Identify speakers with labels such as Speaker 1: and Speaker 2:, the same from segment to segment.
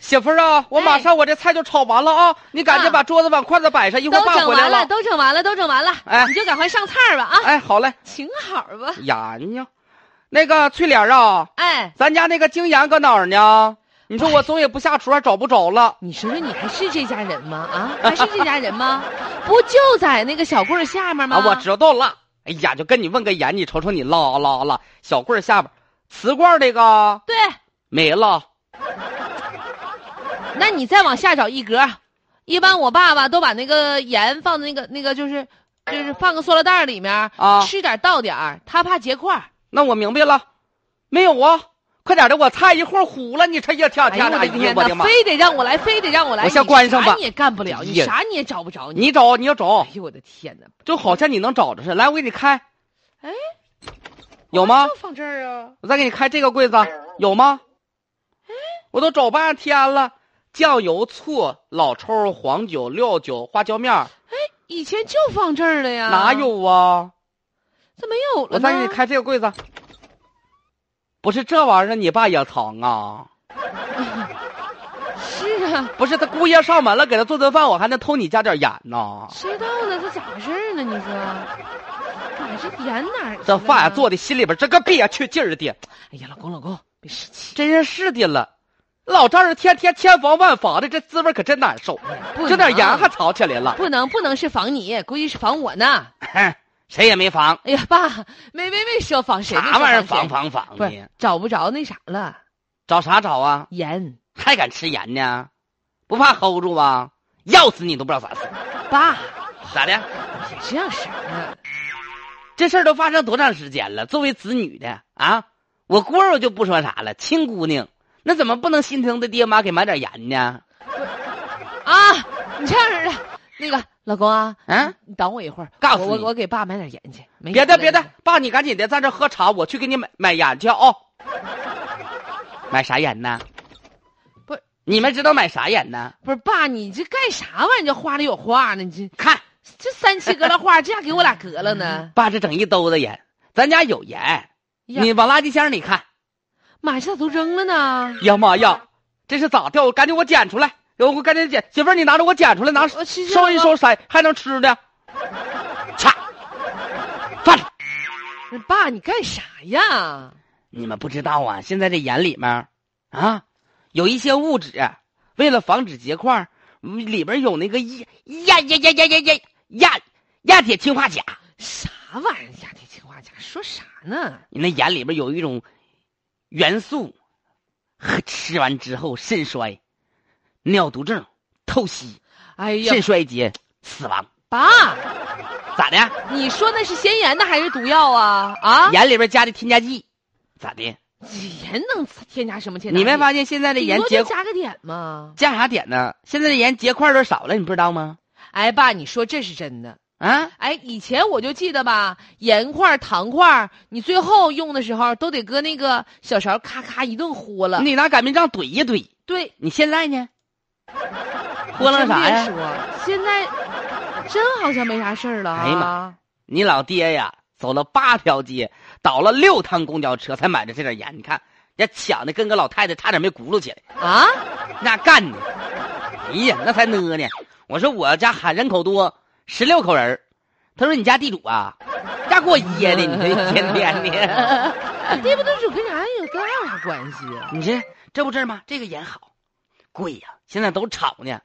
Speaker 1: 媳妇儿啊，我马
Speaker 2: 哎
Speaker 1: 上我这菜就炒完了啊，你赶紧
Speaker 2: 啊
Speaker 1: 把桌子碗筷子摆上，一会儿
Speaker 2: 都
Speaker 1: 爸
Speaker 2: 整
Speaker 1: 回来
Speaker 2: 完了，
Speaker 1: 了。
Speaker 2: 都整完了，都整完了，
Speaker 1: 哎
Speaker 2: 你就赶快上菜儿吧啊，
Speaker 1: 哎，好嘞，
Speaker 2: 请好吧，
Speaker 1: 呀你呀，那个翠莲儿啊，
Speaker 2: 哎，
Speaker 1: 咱家那个精盐搁哪儿呢？你说我总也不下厨，还找不着了。
Speaker 2: 你说说你还是这家人吗？啊，还是这家人吗？ 不就在那个小棍儿下面吗？
Speaker 1: 啊，我知道了。哎呀，就跟你问个盐，你瞅瞅你啊拉拉拉，小棍儿下边，瓷罐儿这个
Speaker 2: 对，
Speaker 1: 没了。
Speaker 2: 那你再往下找一格，一般我爸爸都把那个盐放在那个那个就是就是放个塑料袋儿里面
Speaker 1: 啊
Speaker 2: 吃点儿倒点儿，他怕结块儿。
Speaker 1: 那我明白了，没有啊，快点的，我菜一会儿糊了，你这啊一天
Speaker 2: 哎呦
Speaker 1: 天
Speaker 2: 我的
Speaker 1: 天
Speaker 2: 天
Speaker 1: 我
Speaker 2: 哪
Speaker 1: 的！妈！
Speaker 2: 非得让我来，非得让我来！
Speaker 1: 我先
Speaker 2: 你
Speaker 1: 关上吧
Speaker 2: 啥你也干不了，你
Speaker 1: 也
Speaker 2: 啥你也找不着。
Speaker 1: 你找你要
Speaker 2: 哎
Speaker 1: 找，
Speaker 2: 呦我的天哪！
Speaker 1: 就好像你能找着似的。来，我给你开。
Speaker 2: 哎，
Speaker 1: 有吗
Speaker 2: 就？放这儿啊！
Speaker 1: 我再给你开这个柜子，有吗？我都找半天了，酱油、醋、老抽、黄酒、料酒、花椒面儿，
Speaker 2: 以前就放这儿了呀，
Speaker 1: 哪？有啊？
Speaker 2: 这没有了
Speaker 1: 我
Speaker 2: 呢。
Speaker 1: 再给你开这个柜子。不是这玩意儿，你爸也藏啊？
Speaker 2: 是啊，
Speaker 1: 不是他姑爷上门了，给他做顿饭，我还能偷你家点盐呢？
Speaker 2: 谁到呢？这咋回事儿呢？你说，哪是盐哪儿去了呢？
Speaker 1: 这饭呀做的心里边这个憋屈劲儿的，
Speaker 2: 哎呀，老公老公，别生气，
Speaker 1: 真是的了。老丈人天天千防万防的，这滋味可真难受。
Speaker 2: 不
Speaker 1: 这点
Speaker 2: 能
Speaker 1: 盐还藏起来了，
Speaker 2: 不能不能是防你，估计是防我呢。
Speaker 1: 谁也没防，
Speaker 2: 哎呀，爸，没没没说防谁，没
Speaker 1: 啥
Speaker 2: 说
Speaker 1: 玩意儿
Speaker 2: 防
Speaker 1: 防防
Speaker 2: 谁？
Speaker 1: 防
Speaker 2: 不
Speaker 1: 的
Speaker 2: 是？找不着那啥了，
Speaker 1: 找啥找啊？
Speaker 2: 盐。
Speaker 1: 还敢吃盐呢？不怕齁住吗？要死你都不知道咋死，
Speaker 2: 爸，
Speaker 1: 咋的？
Speaker 2: 别这样式儿呢。
Speaker 1: 这事儿都发生多长时间了？作为子女的啊，我姑儿我就不说啥了，亲姑娘，那怎么不能心疼的爹妈给买点盐呢？
Speaker 2: 啊，你这样式儿的，那个老公啊，
Speaker 1: 啊，
Speaker 2: 你等我一会儿，
Speaker 1: 告诉
Speaker 2: 我我
Speaker 1: 你
Speaker 2: 我给爸买点盐去。没
Speaker 1: 别的
Speaker 2: 盐了
Speaker 1: 别的，，爸，你赶紧的，在这喝茶，我去给你买买盐去啊、 买啥盐呢？
Speaker 2: 不是，
Speaker 1: 你们知道买啥盐呢？
Speaker 2: 不是爸，你这干啥玩意儿？你这花里有话呢？你这
Speaker 1: 看，
Speaker 2: 这三七疙瘩话，这下给我俩疙瘩呢。
Speaker 1: 爸这整一兜子盐，咱家有盐，
Speaker 2: 呀
Speaker 1: 你往垃圾箱里看。
Speaker 2: 妈，这咋都扔了呢？
Speaker 1: 呀妈呀，这是咋掉？赶紧我捡出来，我我赶紧捡。媳妇儿，你拿着我捡出来，拿
Speaker 2: 我吃
Speaker 1: 收一收塞，还能吃 呢。嚓，放着。
Speaker 2: 不是爸，你干啥呀？
Speaker 1: 你们不知道啊，现在这盐里面啊，有一些物质，为了防止结块，嗯里边有那个亚亚亚亚亚亚亚亚亚铁氰化钾。
Speaker 2: 啥玩意儿？亚铁氰化钾说啥呢？
Speaker 1: 你那盐里边有一种元素，喝吃完之后肾衰、尿毒症、透析、
Speaker 2: 哎呀
Speaker 1: 肾，衰竭、死亡，
Speaker 2: 爸，
Speaker 1: 咋的？
Speaker 2: 你说那是咸盐的还是毒药啊？啊，
Speaker 1: 盐里边加的添加剂，咋的？
Speaker 2: 盐能添加什么添加剂？
Speaker 1: 你没发现现在的
Speaker 2: 顶
Speaker 1: 盐
Speaker 2: 多
Speaker 1: 结
Speaker 2: 就加个点嘛。
Speaker 1: 加啥点呢？现在的盐结块都少了，你不知道吗？
Speaker 2: 哎，爸，你说这是真的？
Speaker 1: 啊？
Speaker 2: 哎，以前我就记得吧，盐块儿、糖块儿，你最后用的时候都得搁那个小勺咔咔一顿豁了。
Speaker 1: 你拿擀面杖怼一怼，
Speaker 2: 对，
Speaker 1: 你现在呢？豁楞啥
Speaker 2: 真别
Speaker 1: 呀？
Speaker 2: 说，现在真好像没啥事儿了、啊。
Speaker 1: 哎呀妈！你老爹呀，走了八条街，倒了六趟公交车才买的这点盐，你看人家抢的跟个老太太差点没轱辘起来，
Speaker 2: 啊！
Speaker 1: 那干的，哎呀，那才呢呢。我说我家喊人口多，十六口人儿他说你家地主啊，家给我噎的，你这一天天的，
Speaker 2: 这不都是跟啥有跟啥有啥关系啊？
Speaker 1: 你这这不这儿吗？这个盐好，贵呀、现在都炒呢。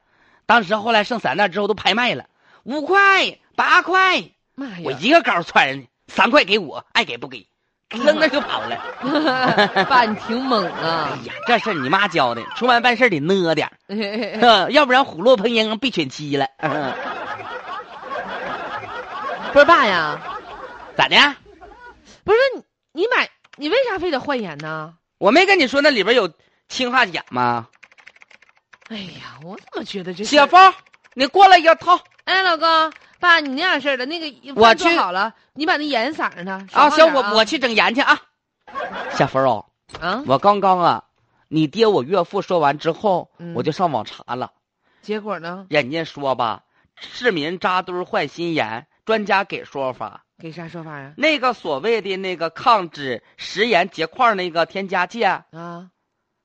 Speaker 1: 当时后来剩三袋之后都拍卖了，五块八块。
Speaker 2: 妈哎呀！
Speaker 1: 我一个高窜人家，三块给我，爱给不给，
Speaker 2: 哎
Speaker 1: 扔那就跑了。
Speaker 2: 爸，你挺猛
Speaker 1: 哎
Speaker 2: 啊！
Speaker 1: 呀，这事儿你妈教的，出门办事儿得呢点儿
Speaker 2: 哎
Speaker 1: 哼要不然虎落平阳被犬欺了。嗯
Speaker 2: 不是爸呀，
Speaker 1: 咋的？
Speaker 2: 不是你，你买你为啥非得换盐呢？
Speaker 1: 我没跟你说那里边有氰化钾吗？
Speaker 2: 哎呀，我怎么觉得这
Speaker 1: 媳
Speaker 2: 事
Speaker 1: 妇儿，你过来一套
Speaker 2: 哎，老公，爸，你那样式儿的那个
Speaker 1: 我
Speaker 2: 饭做
Speaker 1: 去
Speaker 2: 好了，你把那盐撒上它。少
Speaker 1: 啊！
Speaker 2: 放
Speaker 1: 行，我
Speaker 2: 点啊
Speaker 1: 我去整盐去啊。小芬儿啊，
Speaker 2: 啊，
Speaker 1: 我刚刚啊，你爹我岳父说完之后，
Speaker 2: 嗯
Speaker 1: 我就上网查了，
Speaker 2: 结果呢？
Speaker 1: 人家说吧，市民扎堆儿换新盐，专家给说法。
Speaker 2: 给啥说法呀？
Speaker 1: 那个所谓的那个抗脂食盐结块儿那个添加剂啊，
Speaker 2: 啊，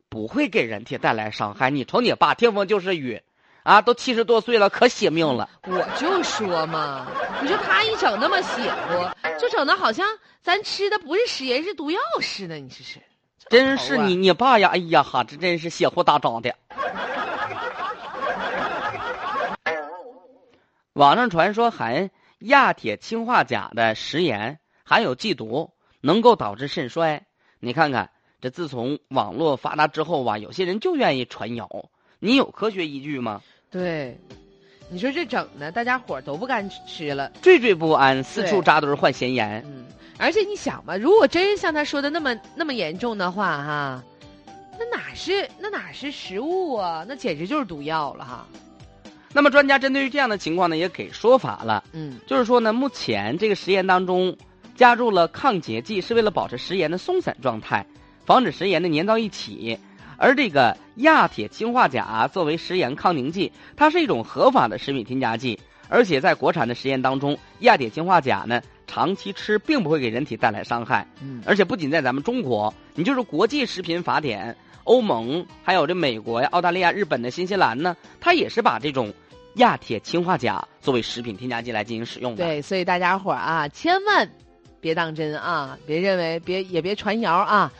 Speaker 1: 不会给人体带来伤害。你瞅你爸，听风就是雨，啊，都七十多岁了，可血命了。
Speaker 2: 我就说嘛，你说他一整那么邪乎，就整的好像咱吃的不是食盐是毒药似的，你试试。
Speaker 1: 真是
Speaker 2: 好啊
Speaker 1: 你你爸呀！哎呀哈，这真是血乎大张的。 网上传说含亚铁氰化钾的食盐含有剧毒，能够导致肾衰。你看看，这自从网络发达之后啊，有些人就愿意传谣。你有科学依据吗？
Speaker 2: 对，你说这整的，大家伙儿都不敢吃了。
Speaker 1: 惴惴不安，四
Speaker 2: 对
Speaker 1: 处扎堆患咸盐。
Speaker 2: 嗯，而且你想吧，如果真是像他说的那么那么严重的话，哈、那哪是那哪是食物啊？那简直就是毒药了哈。
Speaker 1: 那么专家针对于这样的情况呢，也给说法了。
Speaker 2: 嗯，
Speaker 1: 就是说呢，目前这个实验当中加入了抗结剂，是为了保持食盐的松散状态，防止食盐的粘到一起。而这个亚铁氰化钾作为食盐抗凝剂，它是一种合法的食品添加剂，而且在国产的实验当中，亚铁氰化钾呢长期吃并不会给人体带来伤害。
Speaker 2: 嗯
Speaker 1: 而且不仅在咱们中国，你就是国际食品法典、欧盟，还有这美国呀、澳大利亚、日本的新西兰呢，它也是把这种亚铁氰化钾作为食品添加剂来进行使用的。
Speaker 2: 对，所以大家伙儿啊，千万别当真啊，别认为别也别传谣啊，